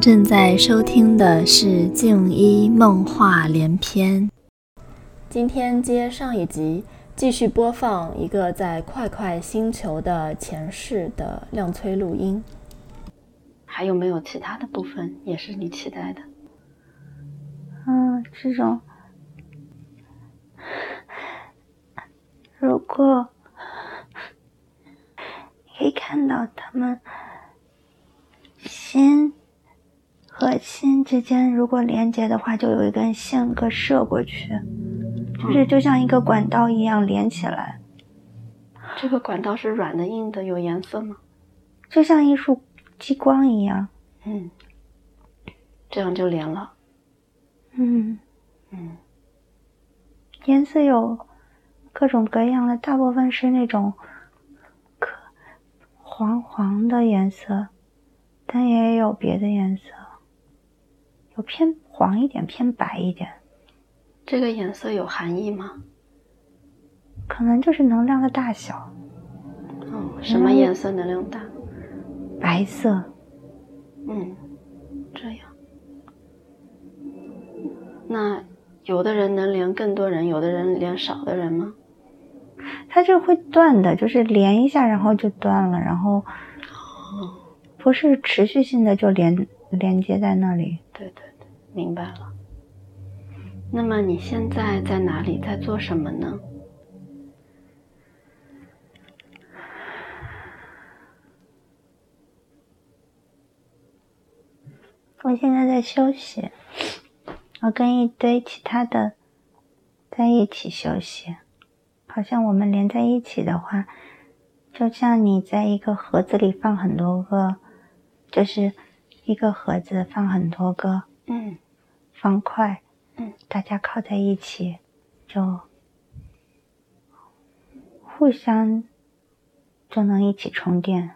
正在收听的是《静一梦话连篇》。今天接上一集，继续播放一个在快快星球的前世的亮催录音。还有没有其他的部分也是你期待的？嗯，这种如果可以看到他们心和心之间如果连接的话，就有一根线给射过去，就是就像一个管道一样连起来，这个管道是软的、硬的，有颜色吗？就像一束激光一样。嗯，这样就连了。嗯，嗯，颜色有各种各样的，大部分是那种可黄黄的颜色，但也有别的颜色，有偏黄一点，偏白一点，这个颜色有含义吗？可能就是能量的大小。哦，什么颜色能量大？白色，嗯，这样。那有的人能连更多人，有的人连少的人吗？它这会断的，就是连一下然后就断了，然后不是持续性的就连连接在那里。对对对，明白了。那么你现在在哪里，在做什么呢？我现在在休息，我跟一堆其他的在一起休息，好像我们连在一起的话，就像你在一个盒子里放很多个，就是一个盒子放很多个嗯方块，嗯，大家靠在一起，就互相就能一起充电，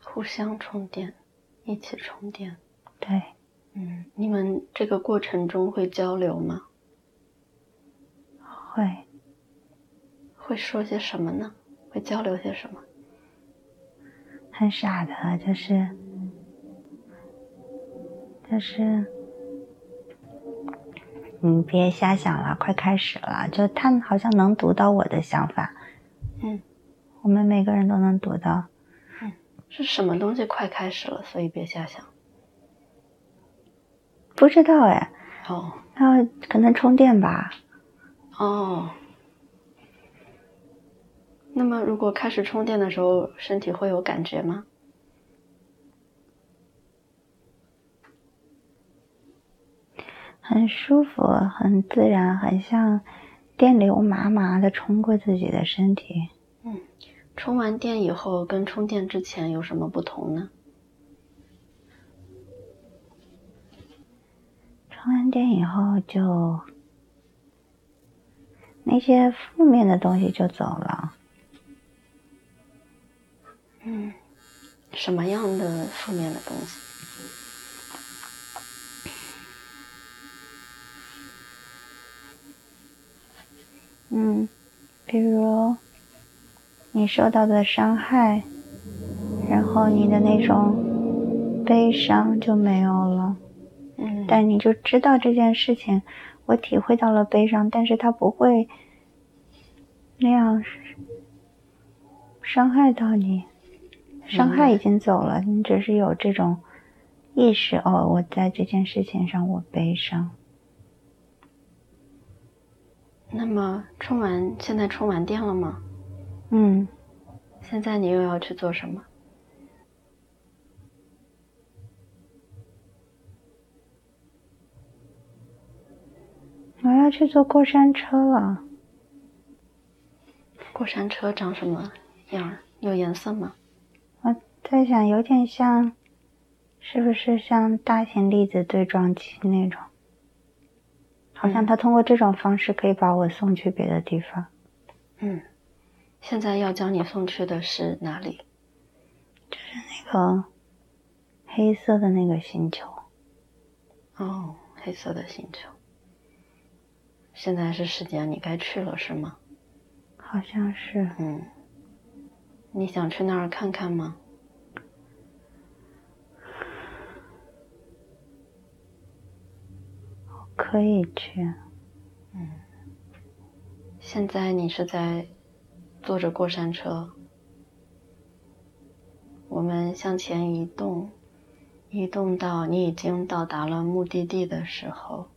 互相充电，一起充电。对，嗯，你们这个过程中会交流吗？会。会说些什么呢？会交流些什么？很傻的，就是，就是，你别瞎想了，快开始了。就他好像能读到我的想法，嗯，我们每个人都能读到。是什么东西快开始了，所以别瞎想。不知道哎，哦那可能充电吧。哦。那么，如果开始充电的时候，身体会有感觉吗？很舒服，很自然，很像电流麻麻的冲过自己的身体。充完电以后跟充电之前有什么不同呢？充完电以后就那些负面的东西就走了。嗯，什么样的负面的东西？嗯，比如你受到的伤害，然后你的那种悲伤就没有了，嗯，但你就知道这件事情，我体会到了悲伤，但是它不会那样伤害到你，伤害已经走了，你只是有这种意识哦，我在这件事情上我悲伤，那么充完，现在充完电了吗？嗯，现在你又要去做什么？我要去坐过山车了。过山车长什么样儿？有颜色吗？我在想，有点像，是不是像大型粒子对撞机那种？好像它通过这种方式可以把我送去别的地方，嗯，现在要将你送去的是哪里？那个黑色的那个星球。哦，黑色的星球。现在是时间，你该去了是吗？好像是，嗯，你想去那儿看看吗？可以去。现在你是在坐着过山车，我们向前移动，移动到你已经到达了目的地的时候，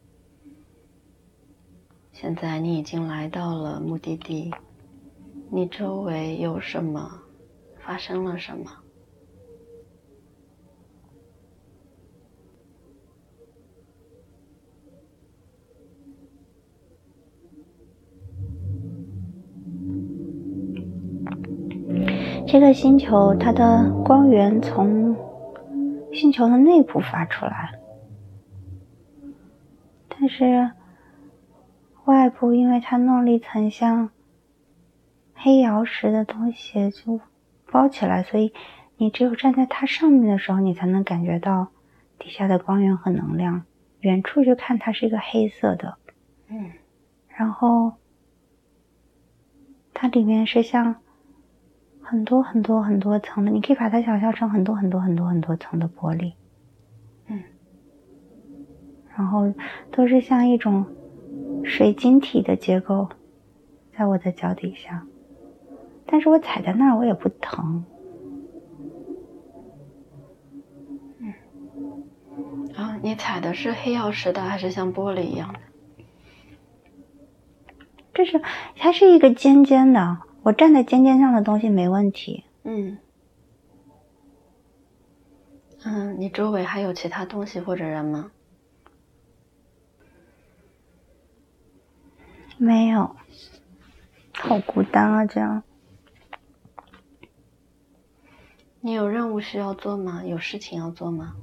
现在你已经来到了目的地，你周围有什么？发生了什么？这个星球它的光源从星球的内部发出来，但是外部因为它弄了一层像黑曜石的东西，就包起来，所以你只有站在它上面的时候，你才能感觉到底下的光源和能量。远处就看它是一个黑色的，嗯然后它里面是像很多很多很多层的，你可以把它想象成很多很多很多很多层的玻璃，嗯，然后都是像一种水晶体的结构，在我的脚底下，但是我踩在那儿我也不疼，啊，你踩的是黑曜石的，还是像玻璃一样的？这是它是一个尖尖的，我站在尖尖上的东西没问题，嗯，嗯，你周围还有其他东西或者人吗？没有，好孤单啊，这样。你有任务需要做吗？有事情要做吗？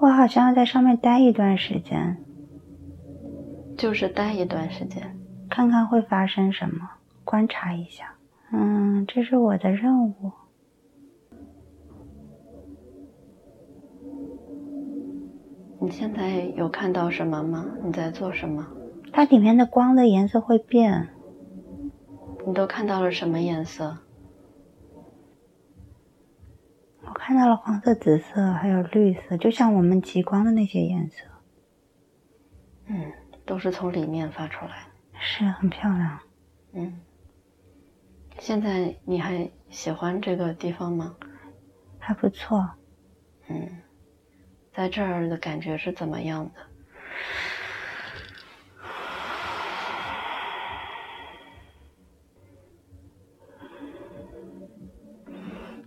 我好像要在上面待一段时间，就是待一段时间。看看会发生什么，观察一下。嗯，这是我的任务。你现在有看到什么吗？你在做什么？它里面的光的颜色会变，你都看到了什么颜色？我看到了黄色、紫色，还有绿色，就像我们极光的那些颜色，嗯，都是从里面发出来的。是很漂亮。嗯，现在你还喜欢这个地方吗？还不错，嗯，在这儿的感觉是怎么样的？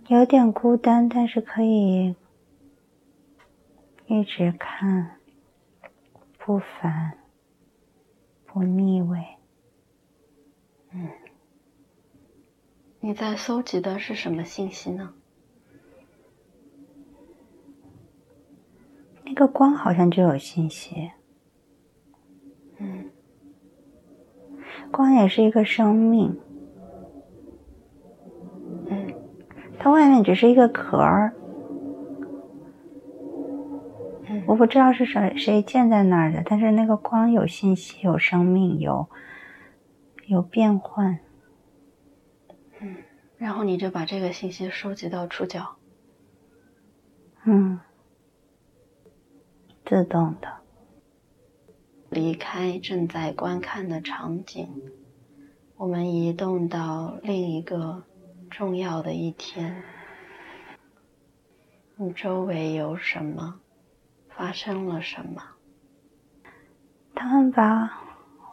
有点孤单，但是可以一直看，不烦，不腻味。你在搜集的是什么信息呢？那个光好像就有信息，嗯光也是一个生命，嗯它外面只是一个壳儿，嗯我不知道是谁谁建在那儿的，但是那个光有信息，有生命，有有变换，然后你就把这个信息收集到触角。嗯，自动的，离开正在观看的场景，我们移动到另一个重要的一天。你周围有什么？发生了什么？他们把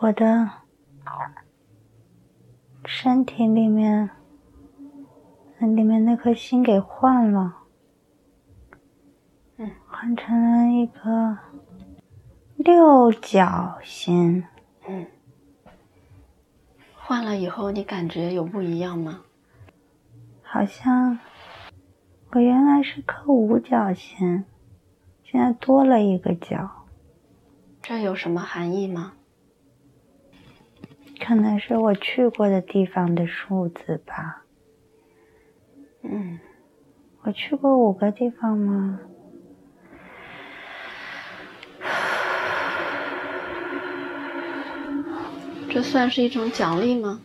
我的身体里面里面那颗心给换了，嗯，换成了一个六角心，嗯，换了以后你感觉有不一样吗？好像我原来是颗五角星，现在多了一个角，这有什么含义吗？可能是我去过的地方的数字吧。嗯，我去过五个地方吗？这算是一种奖励吗？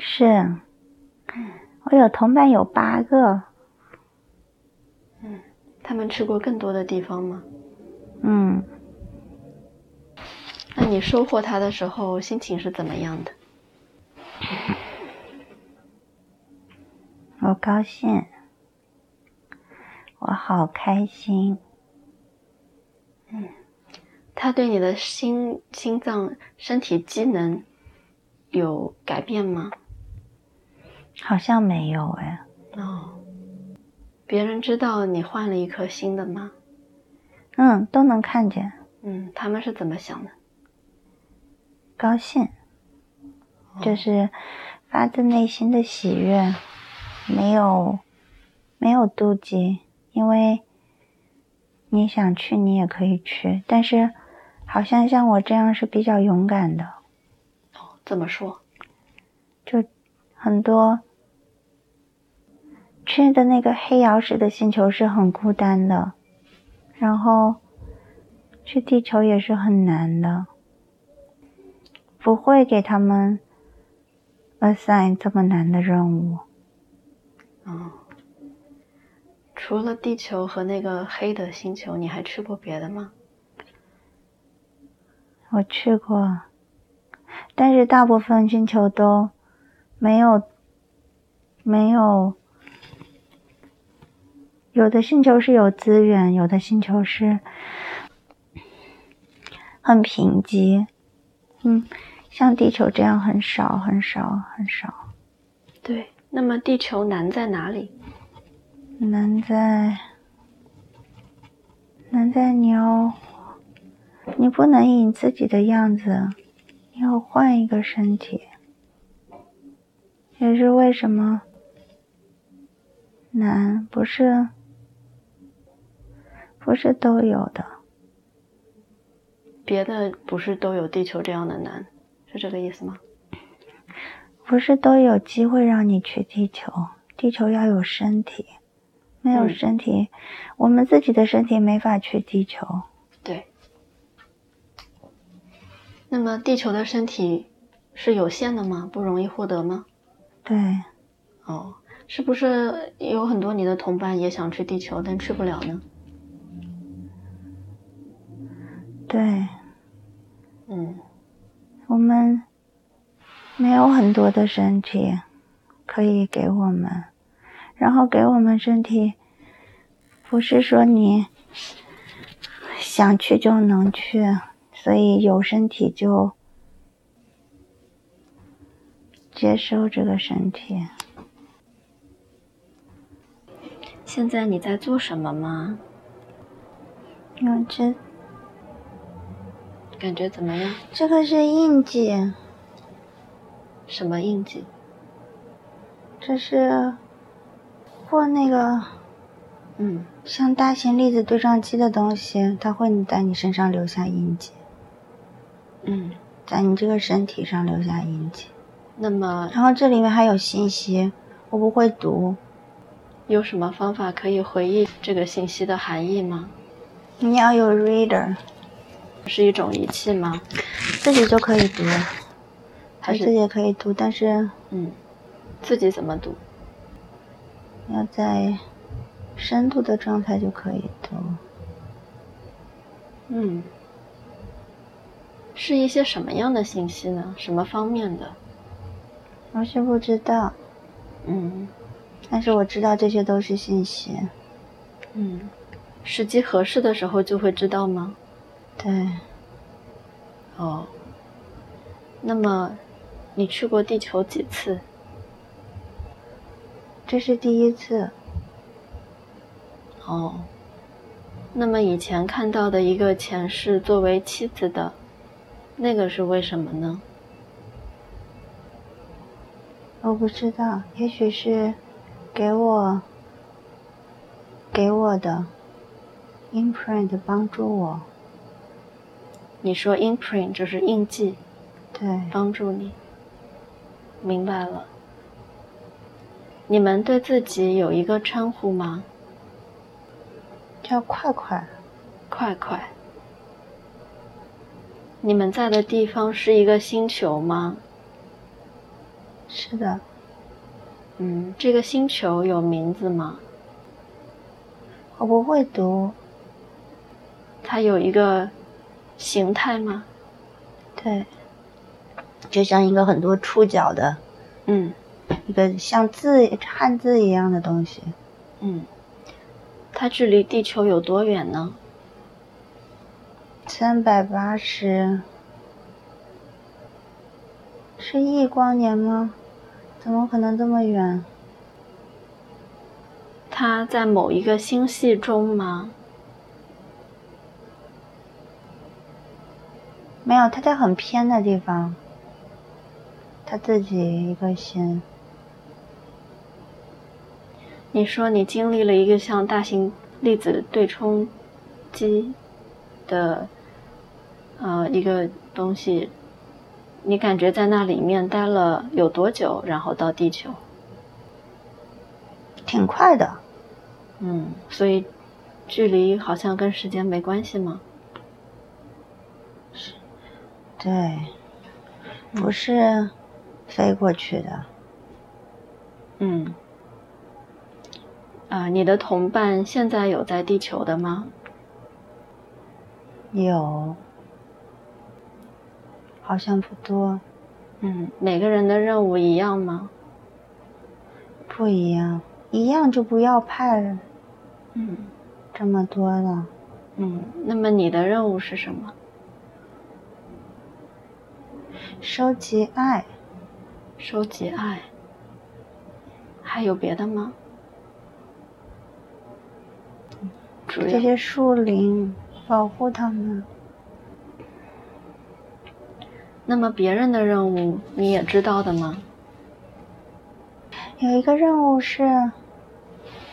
是，我有同伴有八个，嗯，他们去过更多的地方吗？嗯，那你收获它的时候心情是怎么样的？我高兴，我好开心，它对你的心、心脏、身体机能有改变吗？好像没有哎，哦，别人知道你换了一颗新的吗？嗯，都能看见，嗯，他们是怎么想的？高兴，就是发自内心的喜悦，没有没有妒忌，因为你想去你也可以去，但是好像像我这样是比较勇敢的，哦，怎么说？就很多去的那个黑曜石的星球是很孤单的，然后去地球也是很难的，不会给他们 assign 这么难的任务。哦，除了地球和那个黑的星球，你还去过别的吗？我去过，但是大部分星球都没有，没有。有的星球是有资源，有的星球是很贫瘠。嗯，像地球这样很少，很少，很少。对，那么地球难在哪里？难在，难在你要，你不能以你自己的样子，你要换一个身体，也是为什么难，不是，不是都有的，别的不是都有地球这样的难，是这个意思吗？不是都有机会让你去地球，地球要有身体，没有嗯身体，我们自己的身体没法去地球。对。那么地球的身体是有限的吗？不容易获得吗？对，哦，是不是有很多你的同伴也想去地球，但去不了呢？对。嗯，我们没有很多的身体可以给我们，然后给我们身体，不是说你想去就能去，所以有身体就接收这个身体。现在你在做什么吗？因为嗯这感觉怎么样？这个是印记，什么印记？这是或那个嗯，像大型粒子对撞机的东西，它会在你身上留下印记。嗯，在你这个身体上留下印记。那么然后这里面还有信息，我不会读，有什么方法可以回忆这个信息的含义吗？你要有 reader，是一种仪器吗？自己就可以读，还自己是也可以读，但是嗯，自己怎么读？要在深度的状态就可以读。嗯，是一些什么样的信息呢？什么方面的？我是不知道，嗯但是我知道这些都是信息。嗯，时机合适的时候就会知道吗？对，哦，那么你去过地球几次？这是第一次，哦，那么以前看到的一个前世作为妻子的，那个是为什么呢？我不知道，也许是给我给我的 imprint 帮助我。你说 imprint 就是印记，对，帮助你。明白了。你们对自己有一个称呼吗？叫快快。快快。你们在的地方是一个星球吗？是的，嗯，这个星球有名字吗？我不会读，它有一个形态吗？对，就像一个很多触角的嗯一个像字汉字一样的东西，嗯，它距离地球有多远呢？三百八十是亿光年吗？怎么可能这么远？它在某一个星系中吗？没有，它在很偏的地方，它自己一个星，你说你经历了一个像大型粒子对冲机的呃一个东西，你感觉在那里面待了有多久？然后到地球，挺快的。嗯，所以距离好像跟时间没关系吗？对，不是飞过去的，嗯，啊、你的同伴现在有在地球的吗？有，好像不多，嗯，每个人的任务一样吗？不一样，一样就不要派嗯这么多了。嗯，那么你的任务是什么？收集爱，收集爱，还有别的吗？主这要些树林，保护它们。那么别人的任务你也知道的吗？有一个任务是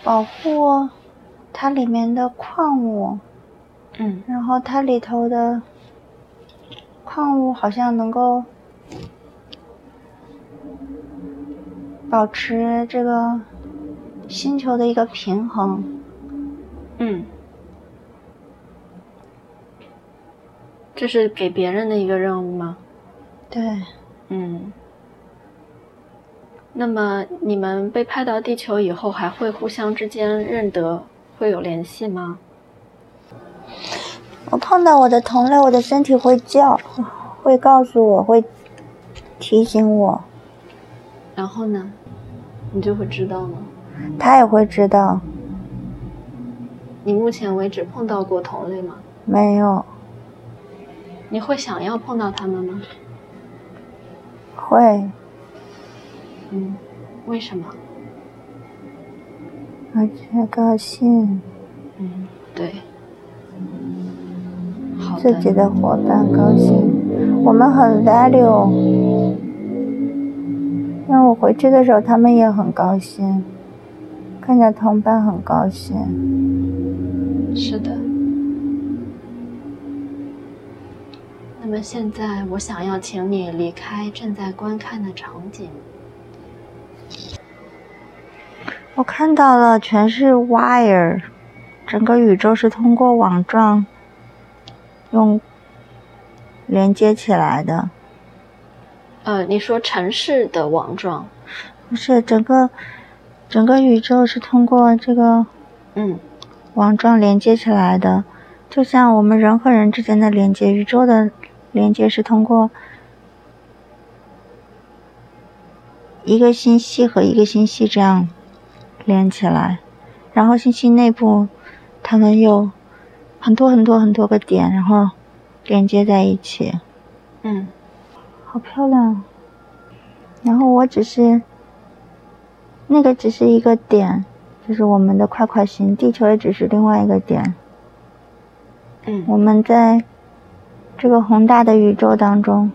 保护它里面的矿物，嗯然后它里头的矿物好像能够保持这个星球的一个平衡。嗯，这是给别人的一个任务吗？对，嗯。那么你们被派到地球以后，还会互相之间认得，会有联系吗？我碰到我的同类，我的身体会叫，会告诉我，会提醒我，然后呢，你就会知道吗？它也会知道。你目前为止碰到过同类吗？没有，你会想要碰到他们吗？会，嗯，为什么？而且高兴。嗯，对。好自己的伙伴高兴，我们很 value，让我回去的时候他们也很高兴，看着同伴很高兴。是的。那么现在，我想要请你离开正在观看的场景。我看到了，全是 wire，整个宇宙是通过网状用连接起来的，呃，你说城市的网状，不是整个整个宇宙是通过这个嗯网状连接起来的，就像我们人和人之间的连接，宇宙的连接是通过一个星系和一个星系这样连起来，然后星系内部它们又很多很多很多个点，然后连接在一起，嗯好漂亮。然后我只是那个只是一个点，就是我们的快快星，地球也只是另外一个点。嗯我们在这个宏大的宇宙当中，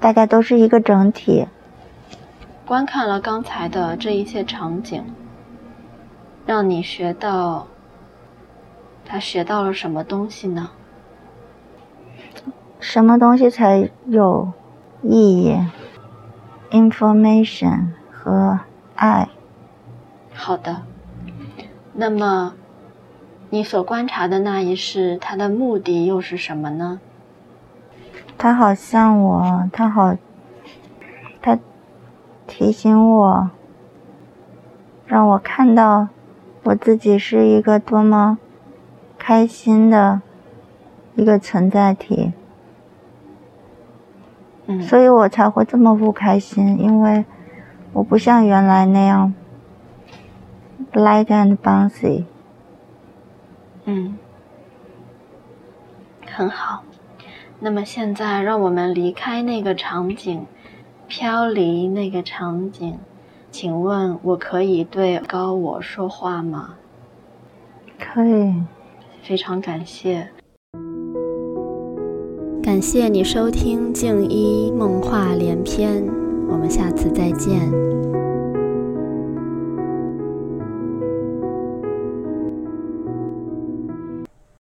大家都是一个整体。观看了刚才的这一切场景，让你学到，他学到了什么东西呢？什么东西才有意义？information 和爱。好的，那么你所观察的那一世，它的目的又是什么呢？它好像我，它好，它提醒我，让我看到我自己是一个多么开心的一个存在体，嗯，所以我才会这么不开心，因为我不像原来那样 light and bouncy。嗯，很好。那么现在，让我们离开那个场景，飘离那个场景。请问，我可以对高我说话吗？可以，非常感谢。感谢你收听《静一梦话连篇》，我们下次再见。